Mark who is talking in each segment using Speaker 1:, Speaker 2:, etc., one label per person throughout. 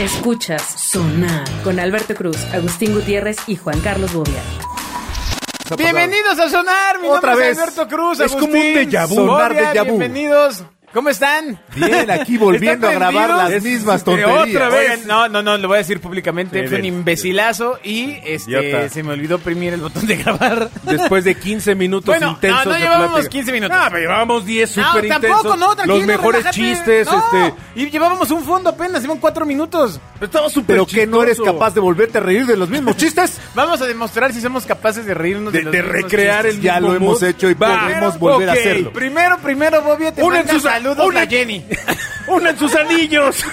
Speaker 1: Escuchas Sonar con Alberto Cruz, Agustín Gutiérrez y Juan Carlos Bobia.
Speaker 2: Bienvenidos a Sonar, mi
Speaker 3: Otra
Speaker 2: nombre
Speaker 3: vez.
Speaker 2: es Alberto Cruz,
Speaker 3: Es como
Speaker 2: Agustín
Speaker 3: un déjà vu.
Speaker 2: Segovia,
Speaker 3: Sonar déjà vu.
Speaker 2: Bienvenidos, ¿cómo están?
Speaker 3: Bien, aquí volviendo a
Speaker 2: ¿Están
Speaker 3: grabar
Speaker 2: prendidos?
Speaker 3: las mismas
Speaker 2: Este,
Speaker 3: tonterías.
Speaker 2: Otra vez. Oigan, no, no, no, lo voy a decir públicamente,
Speaker 3: Sí,
Speaker 2: fue un
Speaker 3: del-
Speaker 2: imbecilazo y este,
Speaker 3: Idiota.
Speaker 2: se me olvidó oprimir el botón de grabar.
Speaker 3: Después de 15 minutos
Speaker 2: Bueno,
Speaker 3: intensos
Speaker 2: no, no
Speaker 3: de
Speaker 2: llevábamos
Speaker 3: plática.
Speaker 2: 15 minutos.
Speaker 3: Ah, pero llevábamos 10
Speaker 2: No,
Speaker 3: súper intensos.
Speaker 2: tampoco, no, tranquilo,
Speaker 3: Los mejores
Speaker 2: relájate.
Speaker 3: chistes,
Speaker 2: No,
Speaker 3: este...
Speaker 2: Y llevábamos un fondo apenas, llevan cuatro minutos.
Speaker 3: Estaba súper Pero que no eres capaz de volverte a reír de los mismos chistes.
Speaker 2: Vamos a demostrar si somos capaces de reírnos de,
Speaker 3: De-
Speaker 2: los
Speaker 3: de
Speaker 2: mismos
Speaker 3: recrear
Speaker 2: chistes.
Speaker 3: el Ya mismo lo hemos mood. hecho y podemos volver a
Speaker 2: Ah, ok,
Speaker 3: hacerlo.
Speaker 2: Primero, primero, Bobby, te
Speaker 3: Unen
Speaker 2: manda
Speaker 3: sus-
Speaker 2: saludos
Speaker 3: unen-
Speaker 2: a Jenny.
Speaker 3: ¡Unan sus anillos!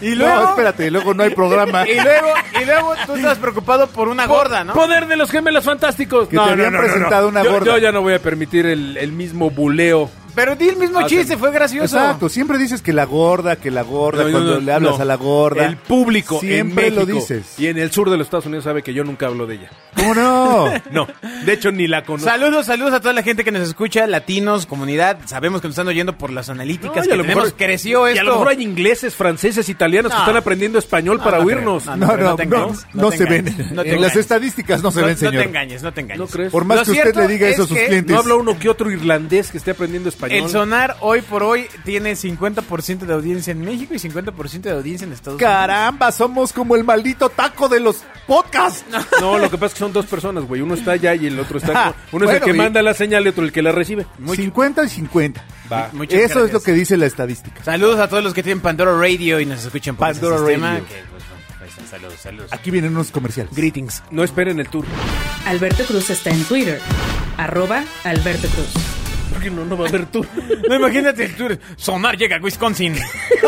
Speaker 2: Y luego,
Speaker 3: No, espérate, luego no hay programa.
Speaker 2: y luego, y luego tú estás preocupado por una gorda, ¿no?
Speaker 4: Poder de los gemelos fantásticos.
Speaker 3: Que te habían presentado una
Speaker 4: Yo-
Speaker 3: gorda.
Speaker 4: Yo, ya no voy a permitir el, el mismo buleo.
Speaker 2: Pero di el mismo
Speaker 4: Ah,
Speaker 2: chiste,
Speaker 4: sí.
Speaker 2: fue gracioso.
Speaker 3: Exacto, siempre dices que la gorda, que la gorda,
Speaker 4: No, no,
Speaker 3: cuando
Speaker 4: no,
Speaker 3: le hablas
Speaker 4: no.
Speaker 3: a la gorda.
Speaker 4: El público
Speaker 3: Siempre
Speaker 4: en México
Speaker 3: lo dices.
Speaker 4: Y en el sur de los Estados Unidos sabe que yo nunca hablo de ella.
Speaker 3: ¿Cómo no?
Speaker 4: No, de hecho ni la conozco.
Speaker 2: Saludos, saludos a toda la gente que nos escucha, latinos, comunidad. Sabemos que nos están oyendo por las
Speaker 4: No,
Speaker 2: analíticas
Speaker 4: y
Speaker 2: que
Speaker 4: a lo
Speaker 2: tenemos.
Speaker 4: mejor-
Speaker 2: Creció esto.
Speaker 4: Y a lo mejor hay ingleses, franceses, italianos
Speaker 2: No.
Speaker 4: que están aprendiendo español
Speaker 2: No,
Speaker 4: para
Speaker 2: no creo.
Speaker 4: huirnos.
Speaker 2: No,
Speaker 3: No, no,
Speaker 2: te
Speaker 3: no,
Speaker 2: engañes, no
Speaker 3: no
Speaker 2: te
Speaker 3: se ven.
Speaker 2: engañes, no te
Speaker 3: En las
Speaker 2: engañes.
Speaker 3: estadísticas no se ven,
Speaker 2: No te
Speaker 3: señor.
Speaker 2: engañes, no te engañes.
Speaker 4: ¿No crees?
Speaker 3: Por más
Speaker 2: Lo
Speaker 3: que usted
Speaker 2: cierto
Speaker 3: le diga eso a
Speaker 2: es
Speaker 3: sus
Speaker 2: que
Speaker 3: clientes.
Speaker 4: No habla uno que otro irlandés que esté aprendiendo español.
Speaker 2: El sonar hoy por hoy tiene 50% de audiencia en México y 50% de audiencia en Estados
Speaker 3: Caramba, somos como el maldito taco de los podcasts.
Speaker 4: No, lo que pasa es que son dos personas, güey. Uno está allá y el otro está...
Speaker 3: Ah,
Speaker 4: con- Uno es el
Speaker 3: bueno,
Speaker 4: que
Speaker 3: y-
Speaker 4: manda la señal y otro el que la recibe.
Speaker 3: 50 y 50.
Speaker 4: Va.
Speaker 2: Unidos. Muchas
Speaker 3: Eso es lo
Speaker 2: gracias.
Speaker 3: que dice la estadística.
Speaker 2: Saludos a todos los que tienen Pandora Radio y nos escuchan por
Speaker 3: Pandora
Speaker 2: ese sistema,
Speaker 3: Radio.
Speaker 2: que, pues, bueno, ahí están, saludos, saludos.
Speaker 3: Aquí vienen unos comerciales.
Speaker 2: Greetings.
Speaker 4: No esperen el tour.
Speaker 1: Alberto Cruz está en Twitter, arroba Alberto Cruz.
Speaker 4: Porque no, no va a haber tour.
Speaker 2: No imagínate el tour. Sonar llega a Wisconsin.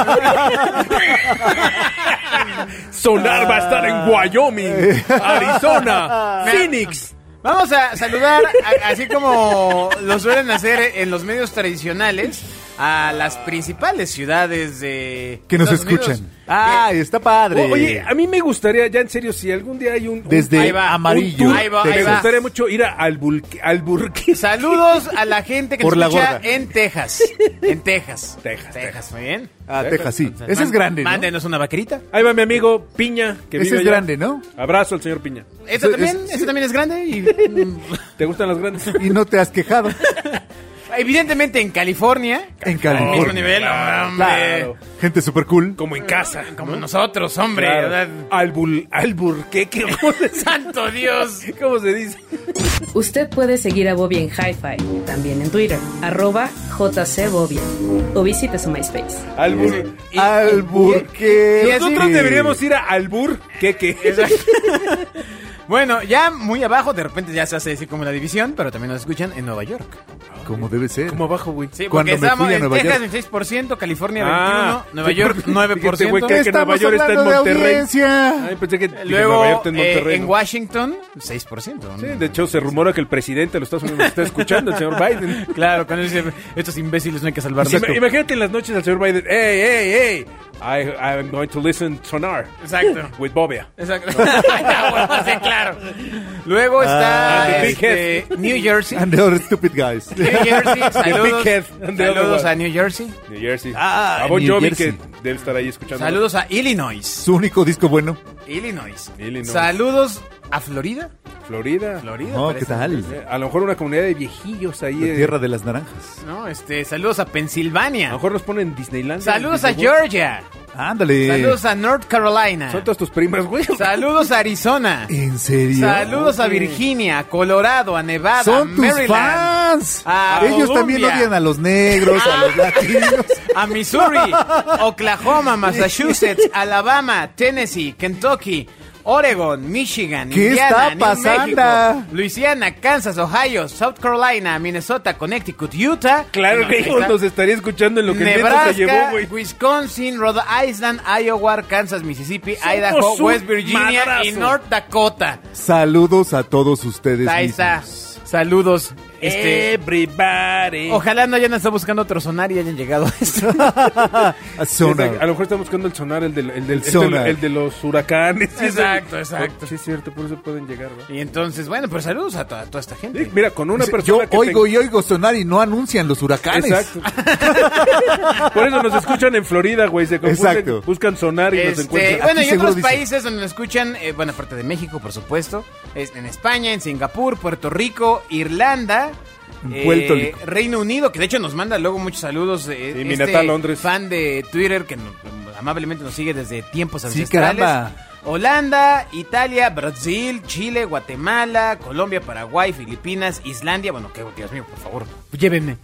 Speaker 4: Sonar va a estar en Wyoming, Arizona, Phoenix.
Speaker 2: Vamos a saludar, a- así como lo suelen hacer en los medios tradicionales, a las principales ciudades de.
Speaker 3: Que nos
Speaker 2: Estados Unidos.
Speaker 3: escuchan. Ay, está padre.
Speaker 4: O- Oye, a mí me gustaría, ya en serio, si algún día hay un... un-
Speaker 3: Desde
Speaker 2: ahí va,
Speaker 3: amarillo.
Speaker 2: un tour. Ahí va,
Speaker 4: me
Speaker 2: ahí va.
Speaker 4: gustaría mucho ir a Alburque- Alburquerque.
Speaker 2: Saludos a la gente que
Speaker 3: Por
Speaker 2: nos
Speaker 3: la
Speaker 2: escucha
Speaker 3: gorda.
Speaker 2: en Texas. En Texas.
Speaker 4: Texas,
Speaker 2: Texas, muy bien.
Speaker 3: Ah, Texas, sí. Ese es
Speaker 2: Man-
Speaker 3: grande, ¿no?
Speaker 2: Mándenos una vaquerita.
Speaker 4: Ahí va mi amigo Piña, que
Speaker 3: Ese
Speaker 4: vive
Speaker 3: es
Speaker 4: allá.
Speaker 3: grande, ¿no?
Speaker 4: Abrazo al señor Piña.
Speaker 2: Esta
Speaker 3: Es-
Speaker 2: también,
Speaker 3: es-
Speaker 2: esta también es grande. y- mm,
Speaker 4: ¿Te gustan las grandes?
Speaker 3: Y no te has quejado.
Speaker 2: evidentemente en California.
Speaker 3: en
Speaker 2: Al mismo
Speaker 3: California.
Speaker 2: nivel, hombre.
Speaker 4: claro.
Speaker 3: Gente super cool.
Speaker 4: Como en casa.
Speaker 2: Como nosotros, hombre.
Speaker 4: Claro.
Speaker 2: ¿verdad?
Speaker 4: Albul- Alburquerque. ¿cómo se-
Speaker 2: Santo Dios.
Speaker 4: ¿Cómo se dice?
Speaker 1: Usted puede seguir a Bobia en Hi-Fi, también en Twitter, arroba JC Bobia, o visite su MySpace.
Speaker 4: Albur.
Speaker 2: Y-
Speaker 3: Alburquerque.
Speaker 2: y- y- y-
Speaker 4: Nosotros deberíamos ir a Alburqueque.
Speaker 2: Bueno, ya muy abajo, de repente ya se hace así como la división, pero también nos escuchan en Nueva York.
Speaker 3: Como debe ser.
Speaker 4: Como abajo, güey.
Speaker 2: Sí, porque
Speaker 3: Cuando me
Speaker 2: estamos
Speaker 3: fui a
Speaker 2: en
Speaker 3: Nueva
Speaker 2: Texas
Speaker 3: York.
Speaker 2: 26%, California 21%,
Speaker 4: Ah,
Speaker 2: Nueva
Speaker 4: sí,
Speaker 2: York
Speaker 4: porque- este güey
Speaker 2: 9%.
Speaker 4: cree que Nueva
Speaker 3: Estamos
Speaker 4: York está en
Speaker 3: hablando de
Speaker 4: Monterrey.
Speaker 3: audiencia.
Speaker 4: Ay, pensé que dije,
Speaker 2: Luego
Speaker 4: Nueva York está en
Speaker 2: eh,
Speaker 4: Monterrey.
Speaker 2: en
Speaker 4: ¿no?
Speaker 2: Washington 6%.
Speaker 4: Sí, de hecho se rumora que el presidente de los Estados Unidos está escuchando, el señor Biden.
Speaker 2: Claro, cuando dice, estos imbéciles no hay que salvarlos.
Speaker 4: Sí, ima- imagínate en las noches al señor Biden, hey, hey, hey, I, I'm going to listen sonar
Speaker 2: Exacto.
Speaker 4: with Bobia.
Speaker 2: Exacto. Ya, bueno, sí, claro. Luego está
Speaker 4: Ah, the big
Speaker 2: este,
Speaker 4: head. Ah,
Speaker 2: New Jersey.
Speaker 3: And the other stupid guys.
Speaker 2: New Jersey, saludos,
Speaker 4: big head and the other
Speaker 2: saludos
Speaker 4: one.
Speaker 2: a New Jersey.
Speaker 4: New Jersey.
Speaker 3: Ah,
Speaker 4: a Bon
Speaker 3: New
Speaker 4: Jovi
Speaker 3: Jersey.
Speaker 4: que debe estar ahí escuchando.
Speaker 2: Saludos a Illinois.
Speaker 3: Su único disco bueno.
Speaker 2: Illinois.
Speaker 4: Illinois.
Speaker 2: Saludos a Florida.
Speaker 4: Florida.
Speaker 2: Florida.
Speaker 3: No,
Speaker 2: parece.
Speaker 3: ¿qué tal?
Speaker 4: Eh, A lo mejor una comunidad de viejillos ahí.
Speaker 3: La
Speaker 4: eh.
Speaker 3: tierra de las naranjas.
Speaker 2: No, este, saludos a
Speaker 4: A
Speaker 2: Pensilvania.
Speaker 4: lo mejor nos ponen en Disneyland.
Speaker 2: Saludos a Georgia.
Speaker 3: Ándale.
Speaker 2: Saludos a North Carolina.
Speaker 4: Son todas tus primas, güey.
Speaker 2: Saludos a Arizona.
Speaker 3: ¿En serio?
Speaker 2: Saludos a Virginia, a Colorado, a Nevada,
Speaker 3: Son
Speaker 2: a
Speaker 3: tus
Speaker 2: Maryland,
Speaker 3: fans.
Speaker 2: a
Speaker 3: Ellos
Speaker 2: Colombia.
Speaker 3: también odian a los negros, a los latinos.
Speaker 2: a Missouri, Oklahoma, Massachusetts, Alabama, Tennessee, Kentucky, Oregon, Michigan,
Speaker 3: ¿Qué
Speaker 2: Indiana,
Speaker 3: está
Speaker 2: New
Speaker 3: pasando?
Speaker 2: México, Luisiana, Kansas, Ohio, South Carolina, Minnesota, Connecticut, Utah.
Speaker 4: Claro que ellos
Speaker 2: Está-
Speaker 4: nos estaría escuchando en lo que el viento
Speaker 2: Nebraska,
Speaker 4: se llevó, güey.
Speaker 2: Wisconsin, Rhode Island, Iowa, Kansas, Mississippi,
Speaker 4: Somos
Speaker 2: Idaho,
Speaker 4: un
Speaker 2: West Virginia y
Speaker 4: madrazo.
Speaker 2: North Dakota.
Speaker 3: Saludos a todos ustedes
Speaker 2: Ahí está.
Speaker 3: mismos.
Speaker 2: Saludos. Este,
Speaker 4: Eh, Everybody.
Speaker 2: Ojalá no hayan estado buscando otro sonar y hayan llegado a esto.
Speaker 4: A lo mejor estamos buscando el sonar, el, del, el, del- este,
Speaker 3: Sonar.
Speaker 4: el de los huracanes. Sí,
Speaker 2: Exacto,
Speaker 4: sí.
Speaker 2: exacto.
Speaker 4: Sí, es cierto, por eso pueden llegar, ¿no?
Speaker 2: y entonces, bueno, pues saludos a, to- a toda esta gente.
Speaker 4: Sí, Mira, con una persona
Speaker 3: Yo
Speaker 4: que
Speaker 3: oigo
Speaker 4: te-
Speaker 3: y oigo sonar y no anuncian los huracanes.
Speaker 4: Exacto. Por eso nos escuchan en Florida, güey. Se confunden,
Speaker 3: Exacto.
Speaker 4: buscan sonar y nos
Speaker 2: Este,
Speaker 4: encuentran.
Speaker 2: bueno,
Speaker 3: Aquí
Speaker 2: y otros
Speaker 3: seguro dice.
Speaker 2: países donde nos escuchan, eh, bueno, aparte de México, por supuesto, es en España, en Singapur, Puerto Rico, Irlanda, eh,
Speaker 3: Puerto Rico.
Speaker 2: Reino Unido, que de hecho nos manda luego muchos saludos. eh,
Speaker 4: Sí, mi natal Londres.
Speaker 2: fan de Twitter que no- amablemente nos sigue desde tiempos
Speaker 3: Sí,
Speaker 2: ancestrales.
Speaker 3: caramba.
Speaker 2: Holanda, Italia, Brasil, Chile, Guatemala, Colombia, Paraguay, Filipinas, Islandia. Bueno, que Dios mío, por favor, llévenme.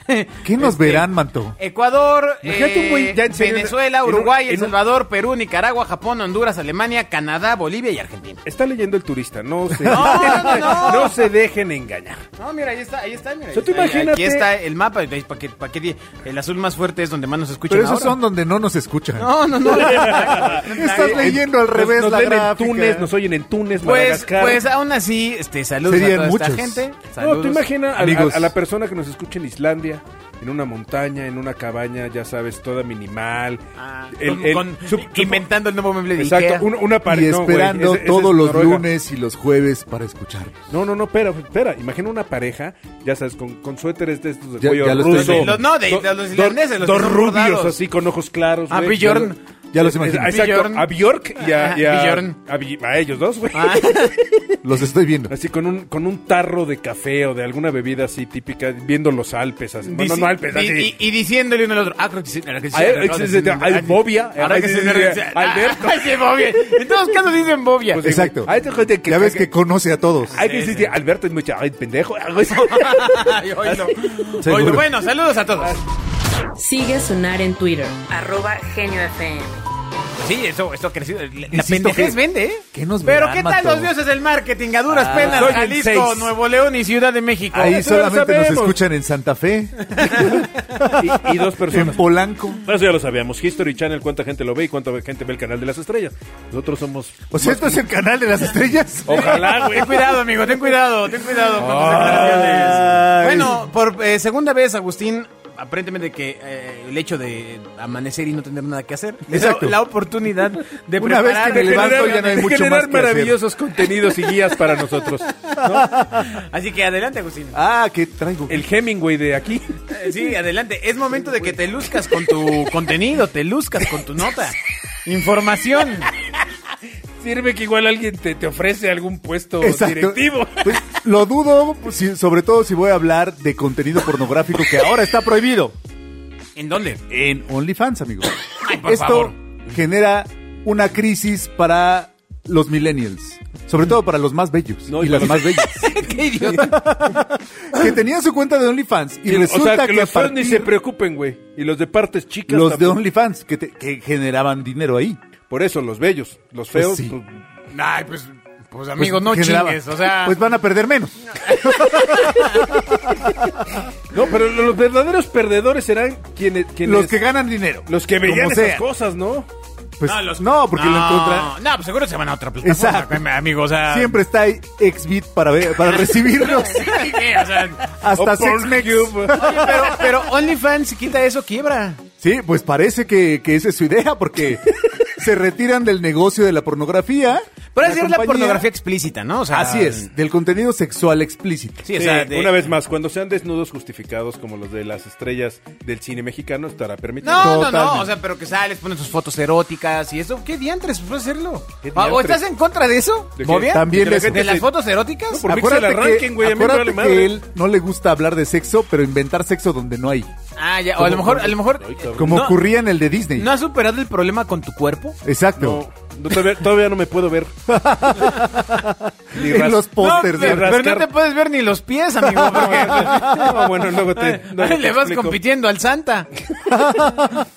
Speaker 3: ¿Qué nos
Speaker 4: Este,
Speaker 3: verán, Manto?
Speaker 2: Ecuador,
Speaker 4: Imagínate un güey
Speaker 2: eh,
Speaker 4: ya en serio,
Speaker 2: Venezuela,
Speaker 4: en un-
Speaker 2: Uruguay,
Speaker 4: en
Speaker 2: El
Speaker 4: un-
Speaker 2: Salvador, Perú, Nicaragua, Japón, Honduras, Alemania, Canadá, Bolivia y Argentina.
Speaker 4: Está leyendo el turista, no se,
Speaker 2: No, no, no.
Speaker 4: no se dejen engañar.
Speaker 2: No, mira, ahí está, ahí está, mira.
Speaker 4: O sea, tú imagínate-
Speaker 2: Aquí está el mapa, ahí, pa' que- pa' que di- el azul más fuerte es donde más nos escuchan
Speaker 3: Pero esos
Speaker 2: ahora.
Speaker 3: son donde no nos escuchan.
Speaker 2: No, no, no.
Speaker 3: Estás leyendo al
Speaker 4: eh, Nos-
Speaker 3: revés
Speaker 4: nos
Speaker 3: la
Speaker 4: ven en
Speaker 3: gráfica.
Speaker 4: Túnez, nos oyen en Túnez,
Speaker 2: Pues,
Speaker 4: Madagascar.
Speaker 2: pues aún así, este, saludos
Speaker 3: Serían
Speaker 2: a toda esta
Speaker 3: muchos.
Speaker 2: gente.
Speaker 4: no,
Speaker 2: Saludos.
Speaker 4: tú imaginas a,
Speaker 3: amigos.
Speaker 4: a- a la persona que nos escucha en Islandia, en una montaña, en una cabaña, ya sabes, toda minimal.
Speaker 2: Ah,
Speaker 4: El-
Speaker 2: con-
Speaker 4: el-
Speaker 2: con-
Speaker 4: sup- sup-
Speaker 2: inventando el nuevo mueble de Ikea.
Speaker 4: Exacto, un- una pared.
Speaker 3: y
Speaker 4: no, güey,
Speaker 3: esperando
Speaker 4: ese- ese es
Speaker 3: todos los
Speaker 4: Noruega.
Speaker 3: lunes y los jueves para escucharlos.
Speaker 4: No, no, no, espera, espera. Imagina una pareja, ya sabes, con, con suéteres de estos de
Speaker 3: Ya-
Speaker 4: cuello
Speaker 3: ya los
Speaker 4: ruso.
Speaker 3: tenemos.
Speaker 2: Los- no, de-
Speaker 4: Do-
Speaker 2: de los
Speaker 4: do-
Speaker 2: irlandeses, los
Speaker 4: Dos
Speaker 2: que son
Speaker 4: rubios
Speaker 2: rodados.
Speaker 4: así, con ojos claros.
Speaker 2: Ah,
Speaker 4: güey.
Speaker 2: Bjorn.
Speaker 3: Ya los
Speaker 4: Es-
Speaker 3: imagino.
Speaker 4: Exacto,
Speaker 2: Bjorn.
Speaker 4: a Bjork y a, y a-
Speaker 2: Bjorn.
Speaker 4: a Bi- a ellos dos, güey.
Speaker 2: Ah,
Speaker 3: Los estoy viendo.
Speaker 4: Así con un, con un tarro de café o de alguna bebida así típica, viendo los Alpes. Así. No, no,
Speaker 2: dici-
Speaker 4: no, Alpes,
Speaker 2: y,
Speaker 4: así.
Speaker 2: y- y diciéndole uno al otro. Ah, creo que sí, creo que sí,
Speaker 4: Ah,
Speaker 2: creo que
Speaker 4: es- es-
Speaker 2: sí,
Speaker 4: es-
Speaker 2: creo que
Speaker 4: hay
Speaker 2: sí.
Speaker 4: bobia.
Speaker 2: Ahora que
Speaker 4: Ahí
Speaker 2: se
Speaker 4: se diría,
Speaker 2: dice,
Speaker 4: Alberto.
Speaker 2: ah, sí, bobia. En todos casos dicen bobia.
Speaker 4: Pues,
Speaker 3: Exacto.
Speaker 4: A esta gente que-
Speaker 3: ya ves que
Speaker 4: que-
Speaker 3: conoce a todos.
Speaker 4: Hay que
Speaker 2: Sí,
Speaker 4: decir,
Speaker 2: sí.
Speaker 4: Alberto es mucho, ay, pendejo.
Speaker 2: Ay, oílo.
Speaker 3: Seguro.
Speaker 2: Oílo. Bueno, saludos a todos.
Speaker 1: Sigue a Sonar en Twitter, arroba Genio FM.
Speaker 2: Sí, eso, esto ha crecido. La la
Speaker 3: Insisto
Speaker 2: pendejez
Speaker 3: que-
Speaker 2: vende, ¿eh?
Speaker 3: que nos
Speaker 2: Pero
Speaker 3: verán,
Speaker 2: ¿qué tal
Speaker 3: Mato?
Speaker 2: los dioses del marketing? A duras
Speaker 4: Ah,
Speaker 2: penas,
Speaker 4: soy el
Speaker 2: Jalisco,
Speaker 4: seis.
Speaker 2: Nuevo León y Ciudad de México.
Speaker 3: Ahí
Speaker 4: eso ya lo
Speaker 3: solamente nos
Speaker 4: sabemos.
Speaker 3: escuchan en Santa Fe,
Speaker 4: y, y dos
Speaker 3: en
Speaker 4: personas.
Speaker 3: Polanco.
Speaker 4: Eso ya lo sabíamos. History Channel, cuánta gente lo ve y cuánta gente ve el canal de las estrellas. Nosotros somos.
Speaker 3: O sea, esto es el canal de las estrellas.
Speaker 4: Oh. Ojalá, güey.
Speaker 2: Ten cuidado, amigo, ten cuidado, ten cuidado con tus
Speaker 3: Ay.
Speaker 2: declaraciones. Bueno, por eh, segunda vez, Agustín, aparentemente que eh, el hecho de amanecer y no tener nada que hacer, le da
Speaker 3: Exacto.
Speaker 2: la oportunidad de
Speaker 3: Una vez
Speaker 2: preparar-
Speaker 3: que me
Speaker 2: de
Speaker 3: levanto,
Speaker 2: generar-
Speaker 3: ya no hay
Speaker 4: de
Speaker 3: mucho
Speaker 4: generar
Speaker 3: más que
Speaker 4: maravillosos contenidos y guías para nosotros.
Speaker 2: Así que adelante, Agustín.
Speaker 3: Ah, ¿qué traigo?
Speaker 4: El Hemingway de aquí.
Speaker 2: Eh, Sí, adelante. Es momento de que te luzcas con tu contenido, te luzcas con tu nota. Información.
Speaker 4: Sirve que igual alguien te, te ofrece algún puesto
Speaker 3: Exacto.
Speaker 4: directivo.
Speaker 3: Pues, lo dudo, pues, si- sobre todo si voy a hablar de contenido pornográfico que ahora está prohibido
Speaker 2: ¿En dónde?
Speaker 3: en OnlyFans, amigos.
Speaker 2: Ay, por
Speaker 3: Esto
Speaker 2: favor.
Speaker 3: genera una crisis para los millennials, sobre todo para los más bellos
Speaker 4: No,
Speaker 3: y
Speaker 4: y
Speaker 3: las
Speaker 4: los-
Speaker 3: más bellas,
Speaker 2: Qué idiota.
Speaker 3: que tenían su cuenta de OnlyFans y
Speaker 4: Sí,
Speaker 3: resulta
Speaker 4: o sea, que,
Speaker 3: que, a
Speaker 4: los fans ni
Speaker 3: partir-
Speaker 4: se preocupen, güey. Y los de partes chicas.
Speaker 3: los de
Speaker 4: tampoco.
Speaker 3: OnlyFans que, te- que generaban dinero ahí.
Speaker 4: Por eso, los bellos. Los
Speaker 3: Pues
Speaker 4: feos.
Speaker 3: sí.
Speaker 4: pues,
Speaker 2: Ay, pues, pues
Speaker 3: Pues,
Speaker 2: amigo, no
Speaker 3: generaban-
Speaker 2: chingues. O sea,
Speaker 3: pues van a perder menos.
Speaker 4: No, pero lo- los verdaderos perdedores serán quienes... quienes-
Speaker 3: Los que ganan dinero.
Speaker 4: los que veían
Speaker 3: Como
Speaker 4: esas
Speaker 3: sea.
Speaker 4: cosas, Ah, ¿no?
Speaker 3: Pues,
Speaker 2: no,
Speaker 3: no,
Speaker 2: los-
Speaker 3: porque lo
Speaker 2: No,
Speaker 3: encuentran.
Speaker 2: No, pues seguro se van a otra plataforma.
Speaker 3: Exacto.
Speaker 2: Amigo, o sea.
Speaker 3: Siempre está ahí Exbit para, ver- para recibirlos.
Speaker 2: Sí, o sea,
Speaker 3: Hasta
Speaker 4: O
Speaker 3: Sexmex.
Speaker 4: Pornhub.
Speaker 2: Oye, pero, pero OnlyFans, si quita eso, quiebra.
Speaker 3: Sí, pues parece que, que esa es su idea, porque se retiran del negocio de la pornografía.
Speaker 2: Pero así es la
Speaker 3: compañía-
Speaker 2: pornografía explícita, ¿no? O sea,
Speaker 3: Así es, del contenido sexual explícito.
Speaker 2: Sí, o sea,
Speaker 4: Sí,
Speaker 2: de-
Speaker 4: Una vez más, cuando sean desnudos justificados como los de las estrellas del cine mexicano, estará permitido.
Speaker 2: No, no, no,
Speaker 3: Totalmente.
Speaker 2: o sea, pero que sales, pones tus fotos eróticas y eso. ¿Qué diantres? Pues puedes hacerlo.
Speaker 4: ¿Qué
Speaker 2: Ah, ¿O
Speaker 4: diantres?
Speaker 2: estás en contra de eso?
Speaker 4: ¿De qué?
Speaker 2: ¿Bobia?
Speaker 3: También
Speaker 2: ¿De,
Speaker 3: de eso.
Speaker 2: de las fotos eróticas?
Speaker 4: No, por mí que se
Speaker 3: Acuérdate
Speaker 4: la arranquen, güey, a mí me
Speaker 3: acuérdate
Speaker 4: vale madre.
Speaker 3: que él no le gusta hablar de sexo, pero inventar sexo donde no hay.
Speaker 2: Ah, ya, o a lo mejor, a lo mejor...
Speaker 4: Ay, cabrón.
Speaker 3: Como
Speaker 2: no,
Speaker 3: ocurría en el de Disney.
Speaker 2: ¿No has superado el problema con tu cuerpo?
Speaker 3: Exacto.
Speaker 4: No, no, todavía, todavía no me puedo ver. Ni
Speaker 3: En
Speaker 4: ras-
Speaker 3: los pósters.
Speaker 2: pero,
Speaker 4: de
Speaker 2: pero no
Speaker 4: rascar.
Speaker 2: te puedes ver ni los pies, amigo, porque...
Speaker 4: No, bueno, luego te. luego te
Speaker 2: le vas
Speaker 4: explico.
Speaker 2: compitiendo al Santa.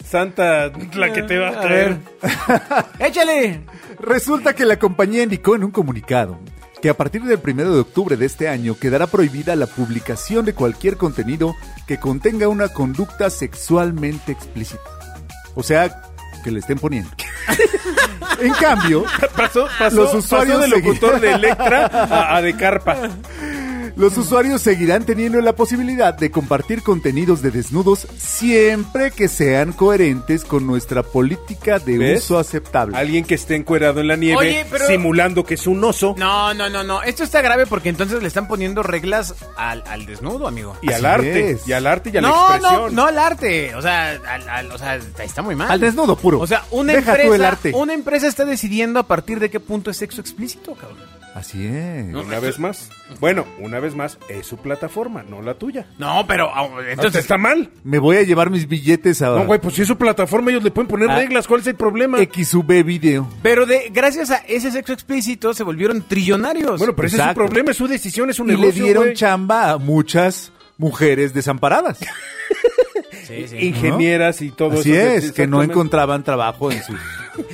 Speaker 4: Santa, la que te va a caer.
Speaker 2: ¡Échale!
Speaker 3: Resulta que la compañía indicó en un comunicado que a partir del 1 de octubre de este año quedará prohibida la publicación de cualquier contenido que contenga una conducta sexualmente explícita. O sea, que le estén poniendo. en cambio,
Speaker 4: Pasó, pasó,
Speaker 3: Los usuarios
Speaker 4: los usuarios del
Speaker 3: seguirán.
Speaker 4: locutor de Electra a, a de Carpa.
Speaker 3: Los usuarios seguirán teniendo la posibilidad de compartir contenidos de desnudos siempre que sean coherentes con nuestra política de
Speaker 4: ¿Ves?
Speaker 3: uso aceptable.
Speaker 4: Alguien que esté encuerado en la nieve
Speaker 2: Oye, pero-
Speaker 4: simulando que es un oso
Speaker 2: No, no, no, no. Esto está grave porque entonces le están poniendo reglas al, al desnudo, amigo.
Speaker 4: y al
Speaker 3: Así
Speaker 4: arte,
Speaker 3: es.
Speaker 4: y al arte y a la
Speaker 2: No, no,
Speaker 4: expresión.
Speaker 2: no al arte. O sea, al- al- o sea, está muy mal.
Speaker 3: Al desnudo puro.
Speaker 2: O sea, una
Speaker 3: Deja
Speaker 2: empresa,
Speaker 3: tú el arte.
Speaker 2: una empresa está decidiendo a partir de qué punto es sexo explícito, cabrón.
Speaker 3: Así es.
Speaker 4: Una vez más. Bueno, una vez más, es su plataforma, no la tuya.
Speaker 2: No, pero ah,
Speaker 4: Entonces
Speaker 2: entonces
Speaker 4: está mal.
Speaker 3: Me voy a llevar mis billetes a
Speaker 4: No, güey, pues si es su plataforma, ellos le pueden poner
Speaker 3: Ah.
Speaker 4: reglas. ¿Cuál es el problema?
Speaker 3: XV Video.
Speaker 2: Pero de gracias a ese sexo explícito se volvieron trillonarios.
Speaker 4: Bueno, pero ese es su
Speaker 3: Exacto.
Speaker 4: problema, es su decisión, es un
Speaker 3: Y le
Speaker 4: negocio.
Speaker 3: dieron
Speaker 4: güey.
Speaker 3: chamba a muchas mujeres desamparadas.
Speaker 2: Sí, sí.
Speaker 4: Ingenieras y todo
Speaker 3: Así
Speaker 4: eso.
Speaker 3: es, que no
Speaker 4: Exactamente.
Speaker 3: encontraban trabajo en sus,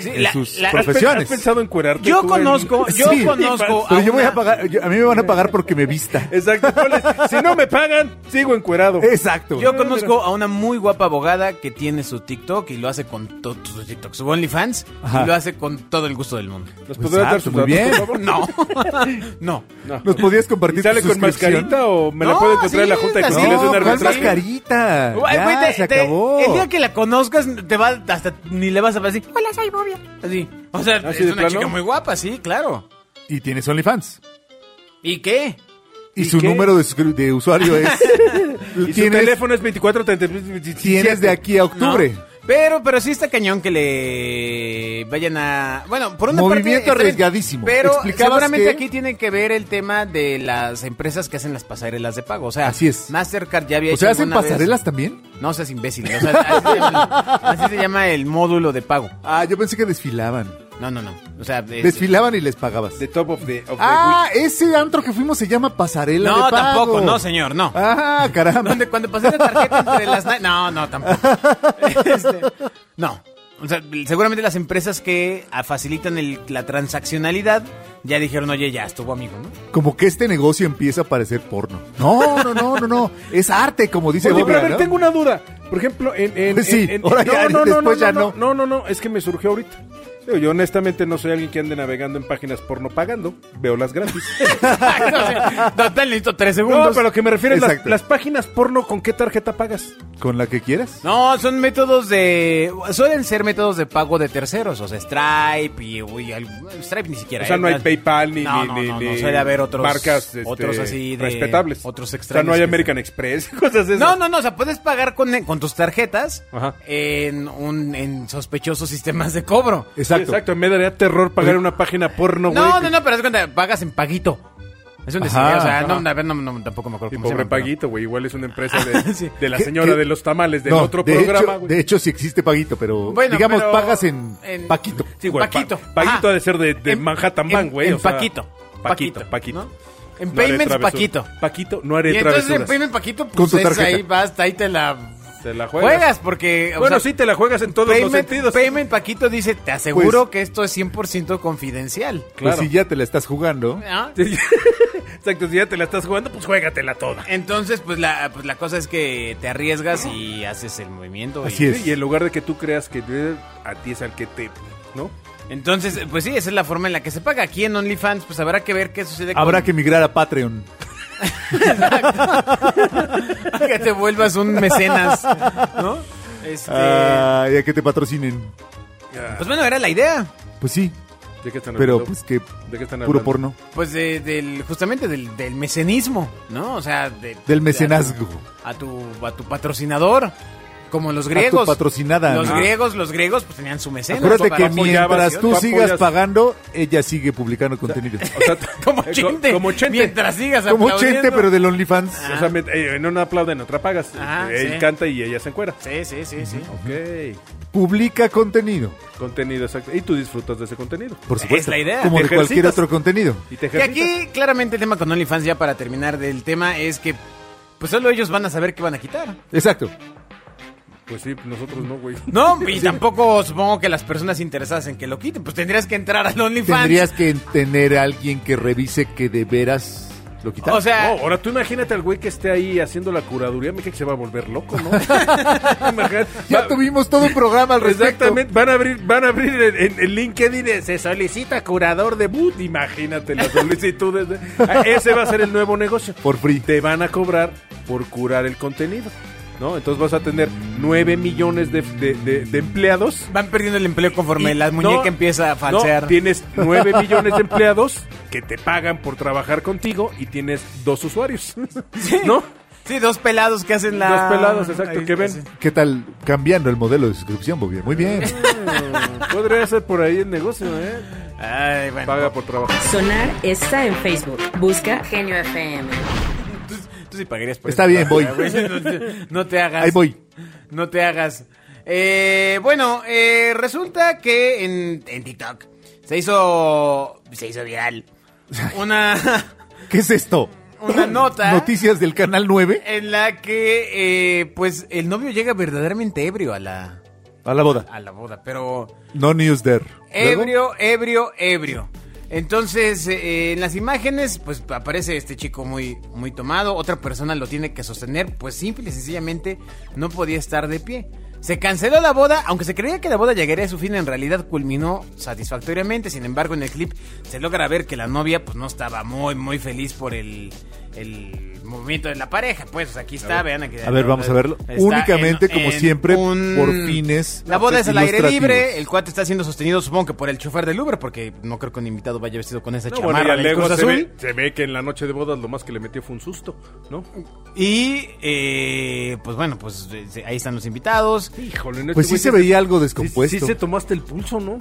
Speaker 3: en
Speaker 2: la-
Speaker 3: sus
Speaker 2: la-
Speaker 4: ¿Has pe-
Speaker 3: profesiones.
Speaker 4: ¿Has pensado en cuerarte?
Speaker 2: Yo
Speaker 4: tú en-
Speaker 2: conozco, yo
Speaker 3: Sí,
Speaker 2: conozco
Speaker 3: Pero yo voy a
Speaker 2: una-
Speaker 3: pagar, yo- a mí me van a pagar porque me vista.
Speaker 4: Exacto. ponle, si no me pagan, sigo encuerado.
Speaker 3: Exacto.
Speaker 2: Yo conozco a una muy guapa abogada que tiene su TikTok y lo hace con todo su TikTok, su OnlyFans,
Speaker 3: Ajá.
Speaker 2: y lo hace con todo el gusto del mundo.
Speaker 4: ¿Nos podrás dar
Speaker 3: Exacto,
Speaker 4: sus
Speaker 3: muy
Speaker 4: datos,
Speaker 3: bien.
Speaker 4: por favor?
Speaker 2: No, no.
Speaker 4: No.
Speaker 3: ¿Nos podías compartir
Speaker 4: ¿Y sale
Speaker 3: tu
Speaker 4: con
Speaker 3: suscripción?
Speaker 4: mascarita o me la
Speaker 2: No,
Speaker 4: puedo encontrar en la
Speaker 2: sí,
Speaker 4: Junta de
Speaker 2: así.
Speaker 4: Conciliación
Speaker 3: No,
Speaker 2: un
Speaker 3: ¿cuál
Speaker 4: Arbitral?
Speaker 3: mascarita?
Speaker 2: Güey,
Speaker 3: Ya,
Speaker 2: güey, te-
Speaker 3: se
Speaker 2: te-
Speaker 3: acabó.
Speaker 2: El día que la conozcas te va hasta ni le vas a decir, hola, soy Bobia. Así. O sea,
Speaker 4: ¿Así
Speaker 2: es
Speaker 4: de
Speaker 2: una
Speaker 4: plano?
Speaker 2: chica muy guapa, sí, claro.
Speaker 3: Y tienes OnlyFans.
Speaker 2: ¿Y qué?
Speaker 3: Y,
Speaker 4: ¿Y
Speaker 3: su
Speaker 4: qué?
Speaker 3: número de, suscri- de usuario es...
Speaker 4: Y su
Speaker 3: tienes,
Speaker 4: teléfono es 24 33, 27.
Speaker 3: tienes de aquí a octubre.
Speaker 2: No. Pero, pero sí está cañón que le vayan a. Bueno, por una
Speaker 3: Movimiento
Speaker 2: parte, está bien,
Speaker 3: arriesgadísimo.
Speaker 2: Pero
Speaker 3: Explicabas
Speaker 2: seguramente
Speaker 3: que-
Speaker 2: aquí tiene que ver el tema de las empresas que hacen las pasarelas de pago. O sea,
Speaker 3: Así es.
Speaker 2: Mastercard ya había
Speaker 3: O sea,
Speaker 2: hecho
Speaker 3: ¿hacen
Speaker 2: alguna vez-
Speaker 3: pasarelas también?
Speaker 2: No seas imbécil. O sea, así, se llama, así se llama el módulo de pago.
Speaker 3: Ah, yo pensé que desfilaban.
Speaker 2: No, no, no. O sea, es-
Speaker 3: Desfilaban y les pagabas.
Speaker 4: The top of the. of the
Speaker 3: Ah, ese antro que fuimos se llama Pasarela
Speaker 2: No,
Speaker 3: de Pago.
Speaker 2: tampoco, no, señor, no.
Speaker 3: Ah, caramba.
Speaker 2: Donde cuando pasé la tarjeta entre las na- No, no, tampoco. Este, no. O sea, seguramente las empresas que ah, facilitan el- la transaccionalidad ya dijeron, oye, ya estuvo amigo, ¿no?
Speaker 3: Como que este negocio empieza a parecer porno. No, no, no, no, no. Es arte, como dice
Speaker 4: Oye, pero
Speaker 3: Bobia,
Speaker 4: a ver,
Speaker 3: ¿no?
Speaker 4: tengo una duda. Por ejemplo, en... en-
Speaker 3: Pues sí,
Speaker 4: en- en-
Speaker 3: ahora ya, después
Speaker 4: no,
Speaker 3: ya
Speaker 4: no,
Speaker 3: no.
Speaker 4: no, no, no, es que me surgió ahorita. Digo, yo honestamente no soy alguien que ande navegando en páginas porno pagando, veo las gratis.
Speaker 2: Total, listo, tres
Speaker 4: no,
Speaker 2: segundos.
Speaker 4: pero que me refiero es las,
Speaker 3: Exacto.
Speaker 4: las páginas porno, ¿con qué tarjeta pagas?
Speaker 3: Con la que quieras.
Speaker 2: No, son métodos de... Suelen ser métodos de pago de terceros, o sea, Stripe y... uy, al- Stripe ni siquiera.
Speaker 4: O sea,
Speaker 2: ¿eh?
Speaker 4: no hay PayPal ni,
Speaker 2: No,
Speaker 4: ni-
Speaker 2: no,
Speaker 4: ni-
Speaker 2: no,
Speaker 4: ni
Speaker 2: no, suele haber otros...
Speaker 4: marcas este,
Speaker 2: otros así de...
Speaker 4: respetables.
Speaker 2: Otros
Speaker 4: O sea,
Speaker 2: extraños.
Speaker 4: no hay
Speaker 2: que-
Speaker 4: American Express, cosas de esas.
Speaker 2: No, no, no, o sea, puedes pagar con, con tus tarjetas
Speaker 4: Ajá.
Speaker 2: en un en sospechosos sistemas de cobro.
Speaker 4: Sí,
Speaker 3: Exacto.
Speaker 4: Exacto. me daría terror pagar en una página porno, güey.
Speaker 2: No, no, no, pero haz de cuenta, pagas en paguito. Es un
Speaker 3: Ajá,
Speaker 2: desidero, o sea,
Speaker 3: ajá.
Speaker 2: no, a ver, no, no, tampoco me acuerdo
Speaker 4: Y
Speaker 2: cómo se
Speaker 4: pobre
Speaker 2: llama, pero-
Speaker 4: Paguito, güey, igual es una empresa de,
Speaker 2: Sí.
Speaker 4: de la
Speaker 3: ¿Qué-
Speaker 4: señora
Speaker 3: qué?
Speaker 4: de los tamales del
Speaker 3: No,
Speaker 4: otro
Speaker 3: de
Speaker 4: programa,
Speaker 3: hecho,
Speaker 4: güey.
Speaker 3: de hecho, sí existe Paguito, pero
Speaker 2: Bueno,
Speaker 3: digamos,
Speaker 2: pero-
Speaker 3: pagas en,
Speaker 2: en-
Speaker 3: Paquito.
Speaker 4: Sí, güey.
Speaker 2: Paquito.
Speaker 4: Pa- Paquito
Speaker 2: Ajá.
Speaker 4: ha de ser de, de
Speaker 2: En-
Speaker 4: Manhattan
Speaker 2: en-
Speaker 4: Bank, güey.
Speaker 2: en
Speaker 4: o sea,
Speaker 2: Paquito.
Speaker 4: Paquito.
Speaker 2: Paquito,
Speaker 4: Paquito.
Speaker 2: ¿no? En
Speaker 4: No haré
Speaker 2: Payments,
Speaker 4: travesuras.
Speaker 2: Paquito.
Speaker 4: Paquito, no haré
Speaker 2: Y entonces en
Speaker 4: travesuras.
Speaker 2: primer Paquito, pues
Speaker 3: Con tu
Speaker 2: es
Speaker 3: tarjeta.
Speaker 2: ahí vas, ahí te la,
Speaker 4: Te la juegas.
Speaker 2: juegas. porque... o
Speaker 4: Bueno,
Speaker 2: sea,
Speaker 4: sí, te la juegas en todos los
Speaker 2: Payment,
Speaker 4: sentidos.
Speaker 2: Payment Paquito dice, te aseguro
Speaker 3: Pues-
Speaker 2: que esto es 100% confidencial.
Speaker 3: Pues
Speaker 4: claro.
Speaker 3: si ya te la estás jugando.
Speaker 2: ¿Ah?
Speaker 4: Sí. Exacto, si ya te la estás jugando, pues juégatela toda.
Speaker 2: Entonces, pues la, pues la cosa es que te arriesgas y haces el movimiento. y-
Speaker 3: Así es.
Speaker 4: Sí, Y en lugar de que tú creas que eh, a ti es al que te... ¿No?
Speaker 2: Entonces, pues sí, esa es la forma en la que se paga. Aquí en OnlyFans, pues habrá que ver qué sucede. con-
Speaker 3: Habrá que migrar a Patreon.
Speaker 2: que te vuelvas un mecenas, ¿no? Este,
Speaker 3: Ah, y a que te patrocinen.
Speaker 2: Pues bueno, era la idea.
Speaker 3: Pues sí,
Speaker 4: ¿De qué están
Speaker 3: pero
Speaker 4: hablando?
Speaker 3: pues que
Speaker 4: ¿De qué están
Speaker 3: puro
Speaker 4: hablando?
Speaker 3: porno.
Speaker 2: Pues de- del, justamente del, del mecenismo, ¿no? O sea, de-
Speaker 3: Del mecenazgo.
Speaker 2: A tu, a tu patrocinador. Como los griegos.
Speaker 3: patrocinada,
Speaker 2: Los
Speaker 3: ¿no?
Speaker 2: griegos, los griegos, pues tenían su mecenas.
Speaker 3: Acuérdate
Speaker 2: para
Speaker 3: que
Speaker 2: apoyar
Speaker 3: mientras
Speaker 4: apoyabas-
Speaker 3: tú
Speaker 4: tú
Speaker 3: sigas
Speaker 4: apoyas-
Speaker 3: pagando, ella sigue publicando contenido.
Speaker 4: O sea,
Speaker 2: Como
Speaker 4: eh, co-
Speaker 2: chente.
Speaker 4: Como chente.
Speaker 2: Mientras sigas
Speaker 3: Como
Speaker 2: aplaudiendo. Ah.
Speaker 3: chente, pero del OnlyFans.
Speaker 4: O sea, me- eh, en una aplauden, otra pagas. Eh,
Speaker 2: Ajá,
Speaker 4: Él
Speaker 2: sí.
Speaker 4: canta y ella se encuera.
Speaker 2: Sí, sí, sí, sí.
Speaker 4: Ok.
Speaker 3: Publica contenido.
Speaker 4: Contenido, exacto. Y tú disfrutas de ese contenido.
Speaker 3: Por
Speaker 2: Es
Speaker 3: supuesto.
Speaker 2: la idea.
Speaker 3: Como
Speaker 4: Te
Speaker 3: de cualquier
Speaker 4: ejercitas.
Speaker 3: otro contenido.
Speaker 4: Y te
Speaker 2: Que
Speaker 4: ejercitas.
Speaker 2: aquí, claramente, el tema con OnlyFans, ya para terminar del tema, es que pues solo ellos van a saber qué van a quitar.
Speaker 3: Exacto.
Speaker 4: Pues sí, nosotros no, güey.
Speaker 2: No, y tampoco supongo que las personas interesadas en que lo quiten, pues tendrías que entrar al OnlyFans.
Speaker 3: Tendrías que tener a alguien que revise que de veras Lo quitaron.
Speaker 2: O sea,
Speaker 4: No, ahora tú imagínate al güey que esté ahí haciendo la curaduría, me cae que se va a volver loco, ¿no? Imagínate,
Speaker 3: ya
Speaker 4: va-
Speaker 3: tuvimos todo un programa al respecto.
Speaker 4: Exactamente, van a abrir, van a abrir en, en- en LinkedIn, eh, se solicita curador de boot, imagínate las solicitudes. de- Ah, ese va a ser el nuevo negocio.
Speaker 3: Por free.
Speaker 4: Te van a cobrar por curar el contenido, ¿no? Entonces vas a tener 9 millones de, de- de- de empleados.
Speaker 2: van perdiendo el empleo conforme
Speaker 4: Y
Speaker 2: la
Speaker 4: no,
Speaker 2: muñeca empieza a
Speaker 4: no,
Speaker 2: falsear.
Speaker 4: tienes 9 millones de empleados que te pagan por trabajar contigo y tienes dos usuarios, ¿no?
Speaker 2: Sí, dos pelados que hacen la...
Speaker 4: Dos pelados, exacto, que ven.
Speaker 3: ¿Qué tal cambiando el modelo de suscripción, Bobby? Muy bien.
Speaker 4: Mm, Podría ser por ahí el negocio, ¿eh?
Speaker 2: Ay, bueno.
Speaker 4: Paga por trabajar.
Speaker 1: Sonar está en Facebook. Busca Genio FM.
Speaker 2: Tú, tú sí pagarías por
Speaker 3: Está
Speaker 2: eso,
Speaker 3: bien, voy.
Speaker 2: güey. No, te- no te hagas.
Speaker 3: Ahí voy.
Speaker 2: No te hagas. Eh, bueno, eh, resulta que en, en TikTok se hizo. Se hizo viral. Una.
Speaker 3: ¿Qué es esto?
Speaker 2: Una nota. Eh.
Speaker 3: Noticias del Canal 9
Speaker 2: En la que, eh, pues, el novio llega verdaderamente ebrio a la,
Speaker 3: a la boda.
Speaker 2: a la boda, pero
Speaker 3: No news there.
Speaker 2: ebrio, ebrio, ebrio. Entonces, eh, en las imágenes, pues aparece este chico muy, muy tomado. Otra persona lo tiene que sostener. Pues simple y sencillamente no podía estar de pie. Se canceló la boda, aunque se creía que la boda llegaría a su fin, en realidad culminó satisfactoriamente. Sin embargo, en el clip se logra ver que la novia, pues no estaba muy, muy feliz por el, el movimiento de la pareja. Pues o sea, aquí está, vean aquí.
Speaker 3: A ver, vamos a verlo.
Speaker 2: Está
Speaker 3: Únicamente,
Speaker 2: en-
Speaker 3: como
Speaker 2: en
Speaker 3: siempre,
Speaker 2: un-
Speaker 3: por fines.
Speaker 2: La boda es al aire
Speaker 3: ilustrativos.
Speaker 2: libre, el cuate está siendo sostenido, supongo que por el chofer del Uber, porque no creo que un invitado vaya vestido con esa
Speaker 4: No, bueno, y
Speaker 2: chamarra
Speaker 4: a
Speaker 2: del
Speaker 4: Lego
Speaker 2: Cruz
Speaker 4: se
Speaker 2: Azul.
Speaker 4: ve, se ve que en la noche de bodas lo más que le metió fue un susto, ¿no?
Speaker 2: Y, eh, pues bueno, pues eh, ahí están los invitados.
Speaker 4: Híjole, este
Speaker 2: Este
Speaker 4: no
Speaker 3: Pues sí se veía algo descompuesto.
Speaker 4: Sí, se tomaste el pulso, ¿no?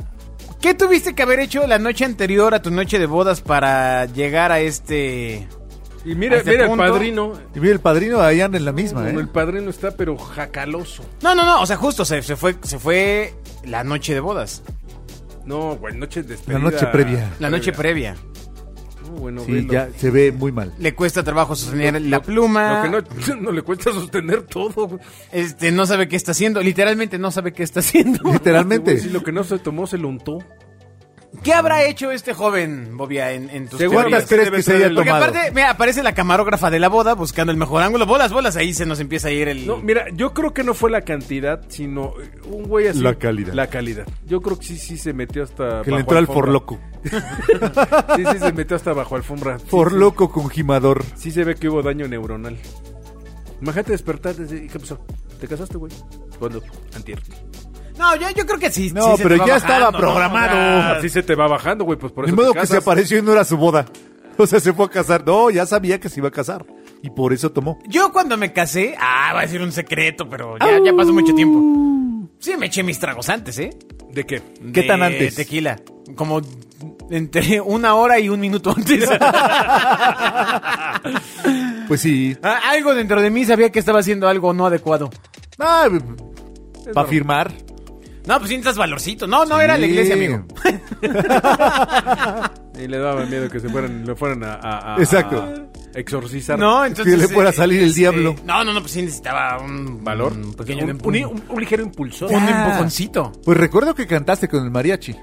Speaker 2: ¿Qué tuviste que haber hecho la noche anterior a tu noche de bodas para llegar a este...
Speaker 4: Y mira,
Speaker 2: A este
Speaker 4: mira,
Speaker 2: punto-
Speaker 4: el padrino.
Speaker 3: Y mira, el padrino ahí anda en la misma, ¿eh?
Speaker 4: El padrino está, pero jacaloso.
Speaker 2: No, no, no, o sea, justo se, se fue, se fue la noche de bodas,
Speaker 4: No, güey, noche de despedida.
Speaker 3: La noche previa.
Speaker 2: la noche previa.
Speaker 4: No, bueno,
Speaker 3: Sí,
Speaker 4: velo.
Speaker 3: ya se ve muy mal.
Speaker 2: Le cuesta trabajo sostener la pluma.
Speaker 4: Lo que no, no le cuesta sostener todo. güey.
Speaker 2: Este, no sabe qué está haciendo, literalmente no sabe qué está haciendo.
Speaker 3: Literalmente.
Speaker 4: Este Sí, lo que no se tomó se lo untó.
Speaker 2: ¿Qué habrá hecho este joven, Bobia, en, en tus
Speaker 4: Según
Speaker 2: teorías?
Speaker 3: ¿Cuántas crees que se haya
Speaker 2: Porque
Speaker 3: tomado?
Speaker 2: aparte, mira, aparece la camarógrafa de la boda buscando el mejor ángulo. Bolas, bolas, ahí se nos empieza a ir el...
Speaker 4: No, mira, yo creo que no fue la cantidad, sino eh, un güey así.
Speaker 3: La calidad.
Speaker 4: La calidad. Yo creo que sí, sí se metió hasta.
Speaker 3: Que
Speaker 4: bajo
Speaker 3: le entró al
Speaker 4: alfombra.
Speaker 3: forloco.
Speaker 4: Sí, sí se metió hasta bajo alfombra. Sí, sí.
Speaker 3: Forloco con gimador.
Speaker 4: Sí se ve que hubo daño neuronal. Imagínate despertar desde... ¿Qué pasó? ¿Te casaste, güey? ¿Cuándo? Antier.
Speaker 2: No, yo, yo creo que sí.
Speaker 3: No,
Speaker 2: sí se
Speaker 3: pero
Speaker 2: te va
Speaker 3: ya estaba
Speaker 2: bajando, ¿no?
Speaker 3: programado.
Speaker 2: O sea,
Speaker 4: Ah, Así se te va bajando, güey, pues por
Speaker 3: De
Speaker 4: eso
Speaker 3: modo
Speaker 4: te
Speaker 3: que se
Speaker 4: casas.
Speaker 3: apareció y no era su boda. O sea, se fue a casar. No, ya sabía que se iba a casar. Y por eso tomó.
Speaker 2: Yo cuando me casé... Ah, va a decir un secreto, pero ya, ya pasó mucho tiempo. Sí, me eché mis tragos antes, ¿eh?
Speaker 4: ¿De qué?
Speaker 3: ¿Qué
Speaker 2: De
Speaker 3: tan antes?
Speaker 2: Tequila. Como entre una hora y un minuto antes.
Speaker 3: Pues sí.
Speaker 2: Ah, algo dentro de mí sabía que estaba haciendo algo no adecuado.
Speaker 3: Ah, para
Speaker 4: normal.
Speaker 3: firmar.
Speaker 2: No, pues sientas valorcito. No, no era la iglesia,
Speaker 3: Sí.
Speaker 2: amigo.
Speaker 4: Y le daba miedo que se fueran, lo fueran a... a- a-
Speaker 3: Exacto.
Speaker 4: a exorcizar.
Speaker 2: No, entonces.
Speaker 3: le fuera a salir el
Speaker 2: este,
Speaker 3: diablo.
Speaker 2: No, no, no, pues sí necesitaba un
Speaker 4: ¿Valor? Pues,
Speaker 2: Un pequeño
Speaker 4: un,
Speaker 2: un,
Speaker 4: un- un ligero impulso. Ah.
Speaker 2: un
Speaker 3: Ya.
Speaker 2: empujoncito.
Speaker 3: Pues recuerdo que cantaste con el mariachi.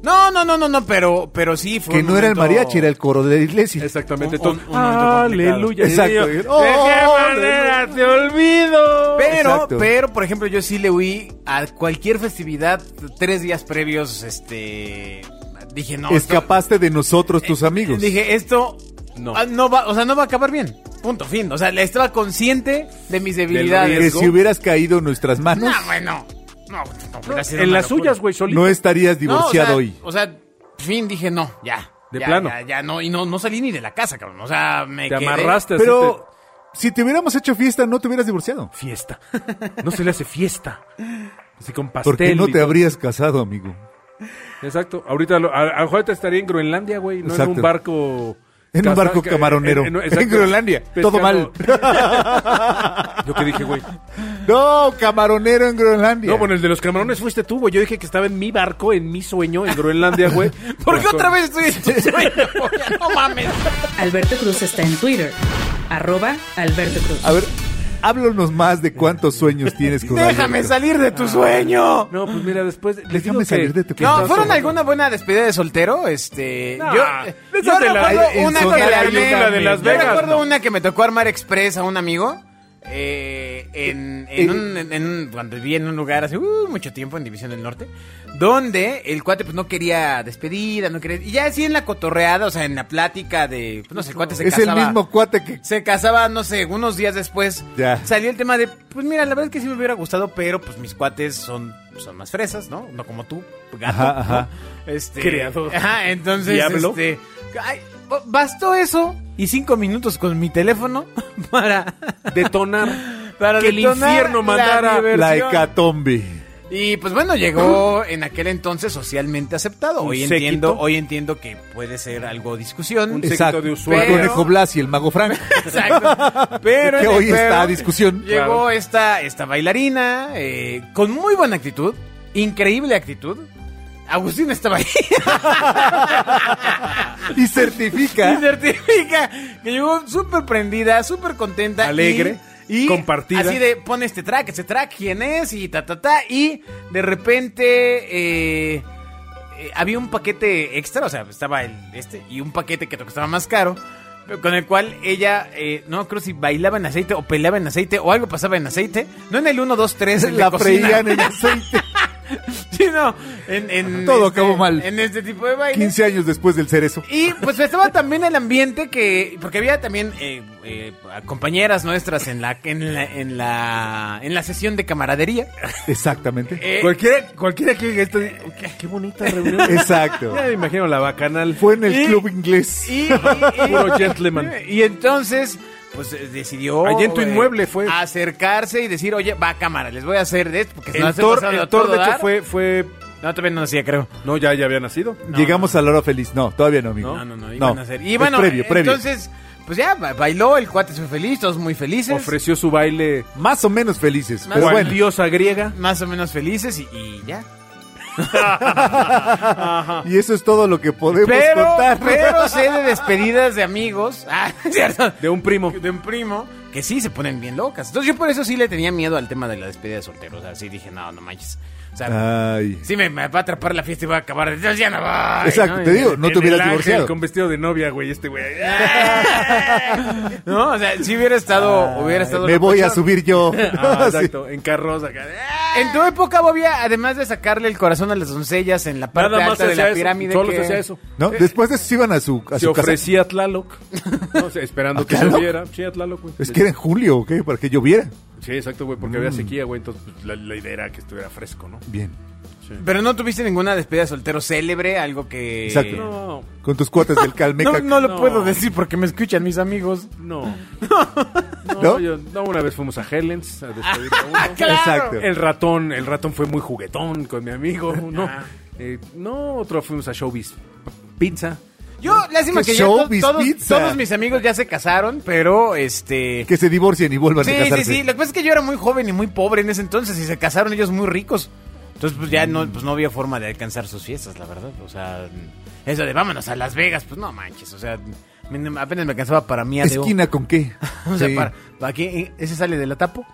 Speaker 2: No, no, no, no, no, pero, pero sí fue.
Speaker 3: Que
Speaker 2: un
Speaker 3: no era el
Speaker 2: momento-
Speaker 3: mariachi, era el coro de la iglesia.
Speaker 4: Exactamente.
Speaker 2: Un- un-
Speaker 4: entonces,
Speaker 2: un momento complicado.
Speaker 4: ¡Aleluya!
Speaker 3: Exacto.
Speaker 4: Dios.
Speaker 3: Oh,
Speaker 4: ¡De qué manera te olvido!
Speaker 2: Pero,
Speaker 3: Exacto.
Speaker 2: pero, por ejemplo, yo sí le huí a cualquier festividad tres días previos, este. Dije, no. esto- Eh,
Speaker 3: Escapaste de nosotros, tus amigos.
Speaker 2: Dije, esto.
Speaker 4: No.
Speaker 2: ah, no va, o sea, no va a acabar bien. Punto, fin. O sea, le estaba consciente de mis
Speaker 3: que
Speaker 2: debilidades.
Speaker 3: Eh, si hubieras caído en nuestras manos,
Speaker 2: No, bueno. No, pues, no, hubiera sido
Speaker 4: En
Speaker 2: una
Speaker 4: las
Speaker 2: locura.
Speaker 4: suyas, güey, solito.
Speaker 3: no estarías divorciado
Speaker 2: no, o sea,
Speaker 3: hoy.
Speaker 2: O sea, fin, dije no, ya.
Speaker 4: De
Speaker 2: ya,
Speaker 4: plano.
Speaker 2: Ya, ya, no, y no, no salí ni de la casa, cabrón. O sea, me
Speaker 4: Te
Speaker 2: quedé-
Speaker 4: amarraste. así
Speaker 3: Pero si te hubiéramos hecho fiesta, no te hubieras divorciado.
Speaker 4: te- Fiesta. No se le hace fiesta. Así con pastel.
Speaker 3: Porque no
Speaker 4: y
Speaker 3: te
Speaker 4: todo.
Speaker 3: habrías casado, amigo.
Speaker 4: Exacto. Ahorita lo, a, a lo mejor te estaría en Groenlandia, güey, no
Speaker 3: Exacto.
Speaker 4: en un barco.
Speaker 3: En un barco
Speaker 4: ca-
Speaker 3: camaronero.
Speaker 4: eh, exacto.
Speaker 3: En Groenlandia. Todo mal.
Speaker 4: Yo que dije, güey.
Speaker 3: No, camaronero en Groenlandia.
Speaker 4: No, bueno, el de los camarones fuiste tú, güey. Yo dije que estaba en mi barco, en mi sueño, en Groenlandia, güey.
Speaker 2: ¿Por qué
Speaker 4: Con-
Speaker 2: otra vez estoy en tu sueño? No mames.
Speaker 1: Alberto Cruz está en Twitter. Arroba Alberto Cruz.
Speaker 3: A ver, háblanos más de cuántos sueños tienes con Ah,
Speaker 2: ¡Déjame
Speaker 3: Alberto.
Speaker 2: salir de tu
Speaker 4: Ah.
Speaker 2: sueño!
Speaker 4: No, pues mira, después. les
Speaker 3: Déjame
Speaker 4: digo que-
Speaker 3: salir de tu
Speaker 4: que
Speaker 2: No,
Speaker 4: estás
Speaker 2: ¿fueron
Speaker 4: solo.
Speaker 2: alguna buena despedida de soltero? Este.
Speaker 4: No,
Speaker 2: yo
Speaker 4: esa
Speaker 2: yo
Speaker 4: de la-
Speaker 2: recuerdo
Speaker 3: en
Speaker 2: una
Speaker 3: zona
Speaker 2: que le
Speaker 3: de
Speaker 2: armé.
Speaker 4: la de Las
Speaker 2: yo
Speaker 4: Vegas,
Speaker 2: recuerdo
Speaker 4: no.
Speaker 2: una que me tocó armar express a un amigo. eh, en, en
Speaker 3: Eh,
Speaker 2: un- en- en- cuando viví en un lugar hace uh, mucho tiempo en División del Norte, donde el cuate pues no quería despedida, no quería. Y ya así en la cotorreada, o sea, en la plática de. pues, no sé, el cuate se
Speaker 3: Es el
Speaker 2: casaba.
Speaker 3: mismo cuate que
Speaker 2: Se casaba, no sé, unos días después.
Speaker 3: Ya.
Speaker 2: Salió el tema de, pues mira, la verdad es que sí me hubiera gustado, pero pues mis cuates son, son más fresas, ¿no? No como tú, gato.
Speaker 3: Ajá, ajá.
Speaker 2: ¿no? Este,
Speaker 4: Criado.
Speaker 2: Ajá, entonces,
Speaker 4: Diablo.
Speaker 2: este, ay, bastó eso y cinco minutos con mi teléfono para,
Speaker 4: Detonar.
Speaker 2: para
Speaker 4: Que el
Speaker 2: detonar
Speaker 4: infierno
Speaker 2: la
Speaker 4: mandara
Speaker 3: la
Speaker 2: diversión.
Speaker 3: hecatombe.
Speaker 2: Y pues bueno, llegó en aquel entonces socialmente aceptado.
Speaker 4: Un
Speaker 2: Hoy
Speaker 4: séquito.
Speaker 2: entiendo, hoy entiendo que puede ser algo discusión.
Speaker 4: Un
Speaker 3: Exacto.
Speaker 4: séquito de
Speaker 3: El
Speaker 4: usuarios.
Speaker 3: conejo Blas y el mago Frank.
Speaker 2: Exacto. Pero
Speaker 3: que
Speaker 2: en el
Speaker 3: hoy está
Speaker 2: juego
Speaker 3: a discusión.
Speaker 2: Llegó
Speaker 4: Claro.
Speaker 2: esta, esta bailarina eh, con muy buena actitud, increíble actitud. Agustín estaba ahí
Speaker 3: Y
Speaker 2: y
Speaker 3: certifica.
Speaker 2: certifica que llegó súper prendida, súper contenta. y-
Speaker 4: Alegre,
Speaker 2: Y,
Speaker 4: compartida.
Speaker 2: Así de, pone este track, este track, quién es y ta, ta, ta. Y de repente eh, eh, había un paquete extra, o sea, estaba el este y un paquete que te costaba más caro. pero Con el cual ella, eh, no creo si bailaba en aceite o peleaba en aceite o algo pasaba en aceite. No en el 1, 2, 3, en
Speaker 3: La
Speaker 2: la cocina.
Speaker 3: freían en aceite
Speaker 2: Sí, no, en, en
Speaker 3: Todo acabó mal.
Speaker 2: En este tipo de baile.
Speaker 3: 15 años después del cerezo.
Speaker 2: Y pues estaba también el ambiente que. Porque había también eh, eh, compañeras nuestras en la, en la, en la. en la sesión de camaradería.
Speaker 3: Exactamente.
Speaker 2: Eh,
Speaker 4: Cualquiera, cualquiera que diga esto. dice, "Qué- Qué bonita reunión.
Speaker 3: Exacto.
Speaker 4: Ya me imagino la bacanal.
Speaker 3: Fue en el
Speaker 2: Y-
Speaker 3: club inglés.
Speaker 2: y, y- y-
Speaker 4: Puro gentleman.
Speaker 2: y entonces, pues eh, decidió.
Speaker 4: Allá en tu inmueble fue.
Speaker 2: Acercarse y decir, oye, va cámara, les voy a hacer de esto. Porque si no
Speaker 4: El
Speaker 2: se
Speaker 4: Thor,
Speaker 2: pasaron a
Speaker 4: el Thor,
Speaker 2: todo
Speaker 4: de hecho,
Speaker 2: dar.
Speaker 4: fue, fue.
Speaker 2: No, todavía no nacía, creo.
Speaker 4: No, ya, ya había nacido.
Speaker 3: Llegamos a la hora feliz. No, todavía no, amigo.
Speaker 2: No, no, no, iban a hacer. Y bueno,
Speaker 3: es previo, previo.
Speaker 2: entonces, pues ya ba- bailó, el cuate se fue feliz, todos muy felices.
Speaker 4: Ofreció su baile.
Speaker 3: Más o menos felices.
Speaker 2: Más
Speaker 3: Pero
Speaker 4: cual
Speaker 3: bueno,
Speaker 4: diosa griega.
Speaker 2: Más o menos felices y, y ya.
Speaker 3: y eso es todo lo que podemos
Speaker 2: Pero,
Speaker 3: contar.
Speaker 2: pero sé de despedidas de amigos. Ah, ¿cierto?
Speaker 4: De un primo.
Speaker 2: De un primo. Que sí se ponen bien locas. Entonces yo por eso sí le tenía miedo al tema de la despedida de solteros. O sea, sí dije, no, no manches. O
Speaker 3: Ah.
Speaker 2: sea,
Speaker 3: Ay.
Speaker 2: sí me, me va a atrapar la fiesta y va a acabar. Entonces ya no va.
Speaker 3: Exacto, te digo, no
Speaker 4: En
Speaker 3: te hubieras
Speaker 4: el ángel
Speaker 3: divorciado. Ah,
Speaker 4: Con vestido de novia, güey, este güey.
Speaker 2: No, o sea, si hubiera estado, hubiera estado.
Speaker 3: Ah, Me voy a
Speaker 2: locochón.
Speaker 3: subir yo.
Speaker 4: Ah,
Speaker 3: Sí.
Speaker 4: exacto, en carroza. acá.
Speaker 2: En tu época, Bobia, además de sacarle el corazón a las doncellas en la parte
Speaker 4: Nada más
Speaker 2: alta de
Speaker 4: hacía
Speaker 2: la
Speaker 4: eso,
Speaker 2: pirámide.
Speaker 4: solo
Speaker 2: que-
Speaker 4: hacía eso.
Speaker 3: ¿No? Después de eso se iban a su, a
Speaker 4: Se
Speaker 3: su casa.
Speaker 4: ofrecía a Tlaloc. No sé, esperando
Speaker 3: ¿A
Speaker 4: que
Speaker 3: Tlaloc?
Speaker 4: lloviera. Sí, a Tlaloc, güey.
Speaker 3: Es que Mm. era en julio, ¿o qué? Para que lloviera.
Speaker 4: Sí, exacto, güey, porque había sequía, güey. Entonces, pues, la, la idea era que estuviera fresco, ¿no?
Speaker 3: Bien.
Speaker 2: Pero no tuviste ninguna despedida de soltero célebre, algo que.
Speaker 3: Exacto.
Speaker 4: No,
Speaker 3: Con tus cuates del Calmeca.
Speaker 2: No, no lo
Speaker 4: No.
Speaker 2: puedo decir porque me escuchan mis amigos.
Speaker 4: no. No,
Speaker 3: ¿No?
Speaker 4: yo- no, una vez fuimos a Helens a despedir a uno.
Speaker 3: Exacto.
Speaker 4: El ratón, el ratón fue muy juguetón con mi amigo. No,
Speaker 3: Ah.
Speaker 4: Eh, no otro fuimos a Showbiz Pizza.
Speaker 2: Yo, lástima
Speaker 3: Qué
Speaker 2: que ya to-
Speaker 3: showbiz
Speaker 2: todos,
Speaker 3: pizza.
Speaker 2: todos mis amigos ya se casaron, pero este.
Speaker 3: Que se divorcien y vuelvan
Speaker 2: Sí,
Speaker 3: a
Speaker 2: sí,
Speaker 3: casarse.
Speaker 2: sí. Lo que pasa es que yo era muy joven y muy pobre en ese entonces y se casaron ellos muy ricos. Entonces, pues ya no, pues, no había forma de alcanzar sus fiestas, la verdad. O sea, eso de vámonos a Las Vegas, pues no manches. O sea, me- apenas me alcanzaba para mí a de-
Speaker 3: ¿Esquina con qué?
Speaker 2: O sea,
Speaker 3: Sí.
Speaker 2: para, para aquí, ese sale de la tapo.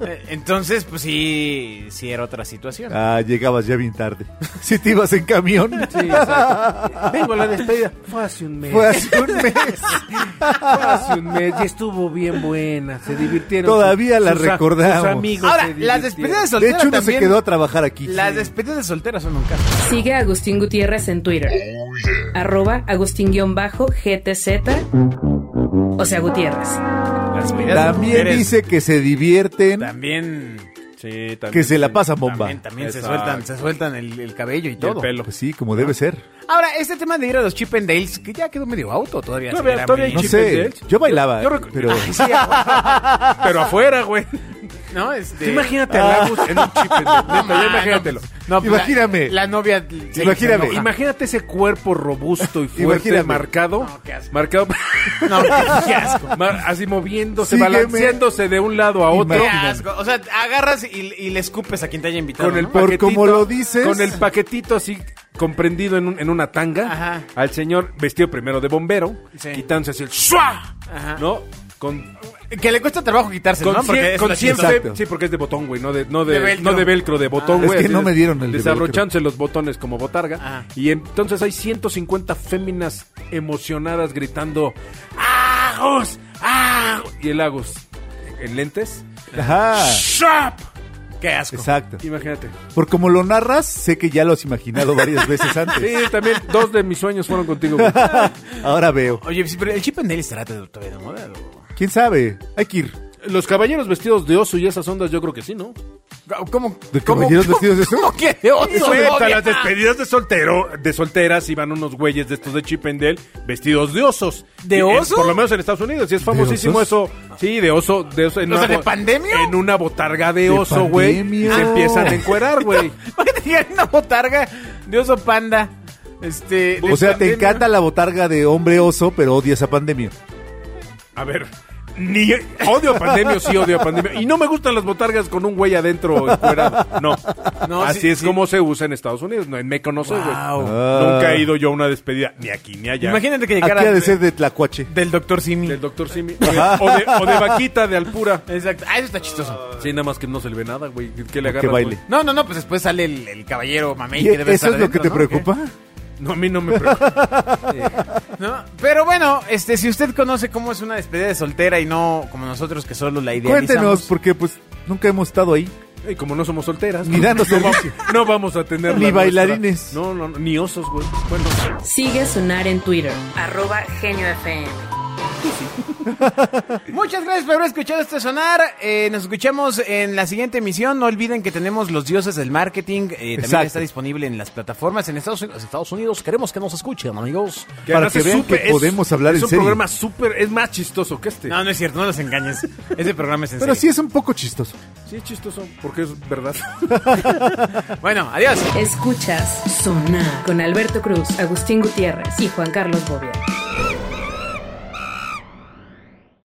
Speaker 2: Eh, Entonces, pues sí, sí era otra situación.
Speaker 3: Ah, llegabas ya bien tarde. Si te ibas en camión.
Speaker 4: Vengo a la despedida. Fue hace un mes.
Speaker 3: Fue hace un mes.
Speaker 4: Fue hace un mes y estuvo bien buena. Se divirtieron.
Speaker 3: Todavía la
Speaker 4: a-
Speaker 3: recordamos.
Speaker 4: amigos
Speaker 2: Ahora,
Speaker 4: se
Speaker 2: las
Speaker 4: divirtieron.
Speaker 2: despedidas de
Speaker 3: De
Speaker 2: soltera
Speaker 3: hecho, uno se
Speaker 2: también-
Speaker 3: quedó a trabajar aquí.
Speaker 2: Las despedidas de solteras son un caso.
Speaker 1: Sigue a Agustín Gutiérrez en Twitter. Arroba Agustín-GTZ. O sea, Gutiérrez.
Speaker 2: Las despedidas de
Speaker 3: También
Speaker 2: mujeres
Speaker 3: dice que se divierten.
Speaker 2: También,
Speaker 4: Sí, también.
Speaker 3: Que se la
Speaker 4: sí.
Speaker 3: pasan bomba.
Speaker 2: también, también se
Speaker 4: Exacto.
Speaker 2: sueltan, se sueltan el, el cabello y
Speaker 4: Y el
Speaker 2: todo.
Speaker 4: pelo.
Speaker 3: Pues sí, como debe ser.
Speaker 2: Ahora, este tema de ir a los Chip and Dales, que ya quedó medio auto todavía.
Speaker 4: Todavía-
Speaker 2: se era
Speaker 4: todavía
Speaker 2: muy-
Speaker 3: No
Speaker 4: Chip
Speaker 3: sé,
Speaker 4: and Dale.
Speaker 3: yo bailaba,
Speaker 4: Yo recu-
Speaker 3: pero
Speaker 2: Ay, sí, a-
Speaker 4: Pero afuera, güey.
Speaker 2: ¿no? Este...
Speaker 4: Sí, Imagínate a Lagus en un chip. en el-
Speaker 2: No,
Speaker 4: neta, ya
Speaker 2: ma,
Speaker 4: imagínatelo.
Speaker 2: no, pues,
Speaker 3: Imagíname.
Speaker 2: La, la novia. se-
Speaker 3: Imagíname.
Speaker 2: se enoja.
Speaker 4: Imagínate ese cuerpo robusto y fuerte,
Speaker 3: Imagínate.
Speaker 4: marcado.
Speaker 2: No, qué asco.
Speaker 4: marcado.
Speaker 2: No, qué asco.
Speaker 4: mar- así moviéndose,
Speaker 3: Sígueme.
Speaker 4: balanceándose de un lado a otro.
Speaker 2: Qué
Speaker 3: Imagínate.
Speaker 2: asco. O sea, agarras y, y le escupes a quien te haya invitado.
Speaker 4: Con el
Speaker 2: ¿no?
Speaker 3: Por
Speaker 4: paquetito-
Speaker 3: como lo dices.
Speaker 4: Con el paquetito así comprendido en, un- en una tanga.
Speaker 2: Ajá.
Speaker 4: Al señor vestido primero de bombero.
Speaker 2: Sí.
Speaker 4: Quitándose así el ¡shua!
Speaker 2: Ajá.
Speaker 4: ¿No? Con,
Speaker 2: Que le cuesta trabajo quitarse,
Speaker 4: con
Speaker 2: ¿no?
Speaker 4: cien-
Speaker 2: Porque es
Speaker 4: con
Speaker 2: la
Speaker 4: cien
Speaker 2: chistosa.
Speaker 3: Exacto.
Speaker 4: fe- Sí, porque es de botón, güey. No de, no
Speaker 2: De
Speaker 4: de,
Speaker 2: velcro.
Speaker 4: no de velcro, de botón,
Speaker 3: Ah.
Speaker 4: güey.
Speaker 3: Es que
Speaker 4: así
Speaker 3: no
Speaker 4: de-
Speaker 3: me dieron el de
Speaker 4: Desabrochándose los botones como botarga.
Speaker 2: Ah.
Speaker 4: Y entonces hay 150 féminas emocionadas gritando: ¡Agus! ¡Agus! Y el Agus en lentes.
Speaker 3: Ajá.
Speaker 4: ¡Shop!
Speaker 2: Qué asco.
Speaker 3: Exacto.
Speaker 4: Imagínate.
Speaker 3: Por como lo narras, sé que ya lo has imaginado varias veces
Speaker 4: Sí,
Speaker 3: antes.
Speaker 4: también dos de mis sueños fueron contigo. güey.
Speaker 3: Ahora veo.
Speaker 2: Oye, sí, pero el chip en él estará todavía de moda. ¿o?
Speaker 3: ¿Quién sabe? Hay que ir.
Speaker 4: Los caballeros vestidos de oso y esas ondas, yo creo que sí, ¿no?
Speaker 2: ¿Cómo?
Speaker 3: ¿De
Speaker 2: cómo-
Speaker 3: caballeros
Speaker 2: cómo-
Speaker 3: vestidos de eso?
Speaker 2: ¿Cómo que de oso?
Speaker 4: Güey, hasta
Speaker 2: novia?
Speaker 4: las despedidas de soltero, de solteras iban unos güeyes de estos de Chippendale vestidos de osos.
Speaker 2: ¿De
Speaker 4: Y en-
Speaker 2: oso?
Speaker 4: por lo menos en Estados Unidos, y es famosísimo eso.
Speaker 3: osos?
Speaker 4: Sí, de oso, de oso en
Speaker 2: ¿O sea, de
Speaker 4: bo-
Speaker 2: pandemia?
Speaker 4: En una botarga de,
Speaker 3: De
Speaker 4: oso, güey. Y
Speaker 3: pandemia.
Speaker 4: se empiezan a encuerar, güey.
Speaker 2: ¿Por qué te llegan una botarga de oso panda? Este, de
Speaker 3: O sea, te
Speaker 2: pandemia.
Speaker 3: encanta la botarga de hombre oso, pero odias a pandemia.
Speaker 4: A ver. Ni odio a pandemia, sí odio a pandemia. Y no me gustan las botargas con un güey adentro encuerado. No.
Speaker 2: No,
Speaker 4: Así
Speaker 2: sí,
Speaker 4: es
Speaker 2: sí.
Speaker 4: como se usa en Estados Unidos. No, en me conoces, güey.
Speaker 2: Wow.
Speaker 4: Nunca he ido yo a una despedida, ni aquí ni allá.
Speaker 2: Imagínate que
Speaker 3: Aquí
Speaker 2: llegara
Speaker 3: ha de ser de Tlacuache.
Speaker 2: del doctor Simi.
Speaker 4: Del doctor Simi. O de, o de- o de vaquita de Alpura.
Speaker 2: Exacto. Ah, eso está chistoso.
Speaker 4: Sí, nada más que no se le ve nada, güey. ¿Qué le agarra?
Speaker 3: Que baile.
Speaker 2: No, no, no, pues después sale el, el caballero mamey
Speaker 3: ¿Y
Speaker 2: que debe
Speaker 3: ¿Eso
Speaker 2: estar
Speaker 3: es lo que te
Speaker 2: adentro, ¿no?
Speaker 3: preocupa?
Speaker 4: No, a mí no me preocupa.
Speaker 2: ¿No? Pero bueno, este, si usted conoce cómo es una despedida de soltera y no como nosotros que solo la idealizamos.
Speaker 3: Cuéntenos, porque pues nunca hemos estado ahí.
Speaker 4: Y como no somos solteras.
Speaker 3: Ni
Speaker 4: no-
Speaker 3: dando
Speaker 4: no, va-
Speaker 3: servicio.
Speaker 4: no vamos a tener
Speaker 3: Ni
Speaker 4: la
Speaker 3: bailarines.
Speaker 4: nuestra. No, no, no, ni osos, güey. Bueno,
Speaker 1: Sigue a Sonar en Twitter, arroba Genio FM.
Speaker 2: Muchas gracias por haber escuchado este sonar. Eh, nos escuchamos en la siguiente emisión. No olviden que tenemos los dioses del marketing. eh, también
Speaker 3: Exacto.
Speaker 2: está disponible en las plataformas en Estados Unidos. Estados Unidos queremos que nos escuchen, amigos.
Speaker 3: Para
Speaker 4: además
Speaker 3: que
Speaker 4: es
Speaker 3: vean
Speaker 4: súper-
Speaker 3: que podemos hablar
Speaker 4: es
Speaker 3: en
Speaker 4: un
Speaker 3: serio.
Speaker 4: programa súper. Es más chistoso que este.
Speaker 2: No, no es cierto, no los engañes. Ese programa es en
Speaker 3: Pero sí
Speaker 2: serio.
Speaker 3: es un poco chistoso.
Speaker 4: Sí, es chistoso, porque es verdad.
Speaker 2: Bueno, adiós.
Speaker 1: Escuchas Sonar con Alberto Cruz, Agustín Gutiérrez y Juan Carlos Bobia.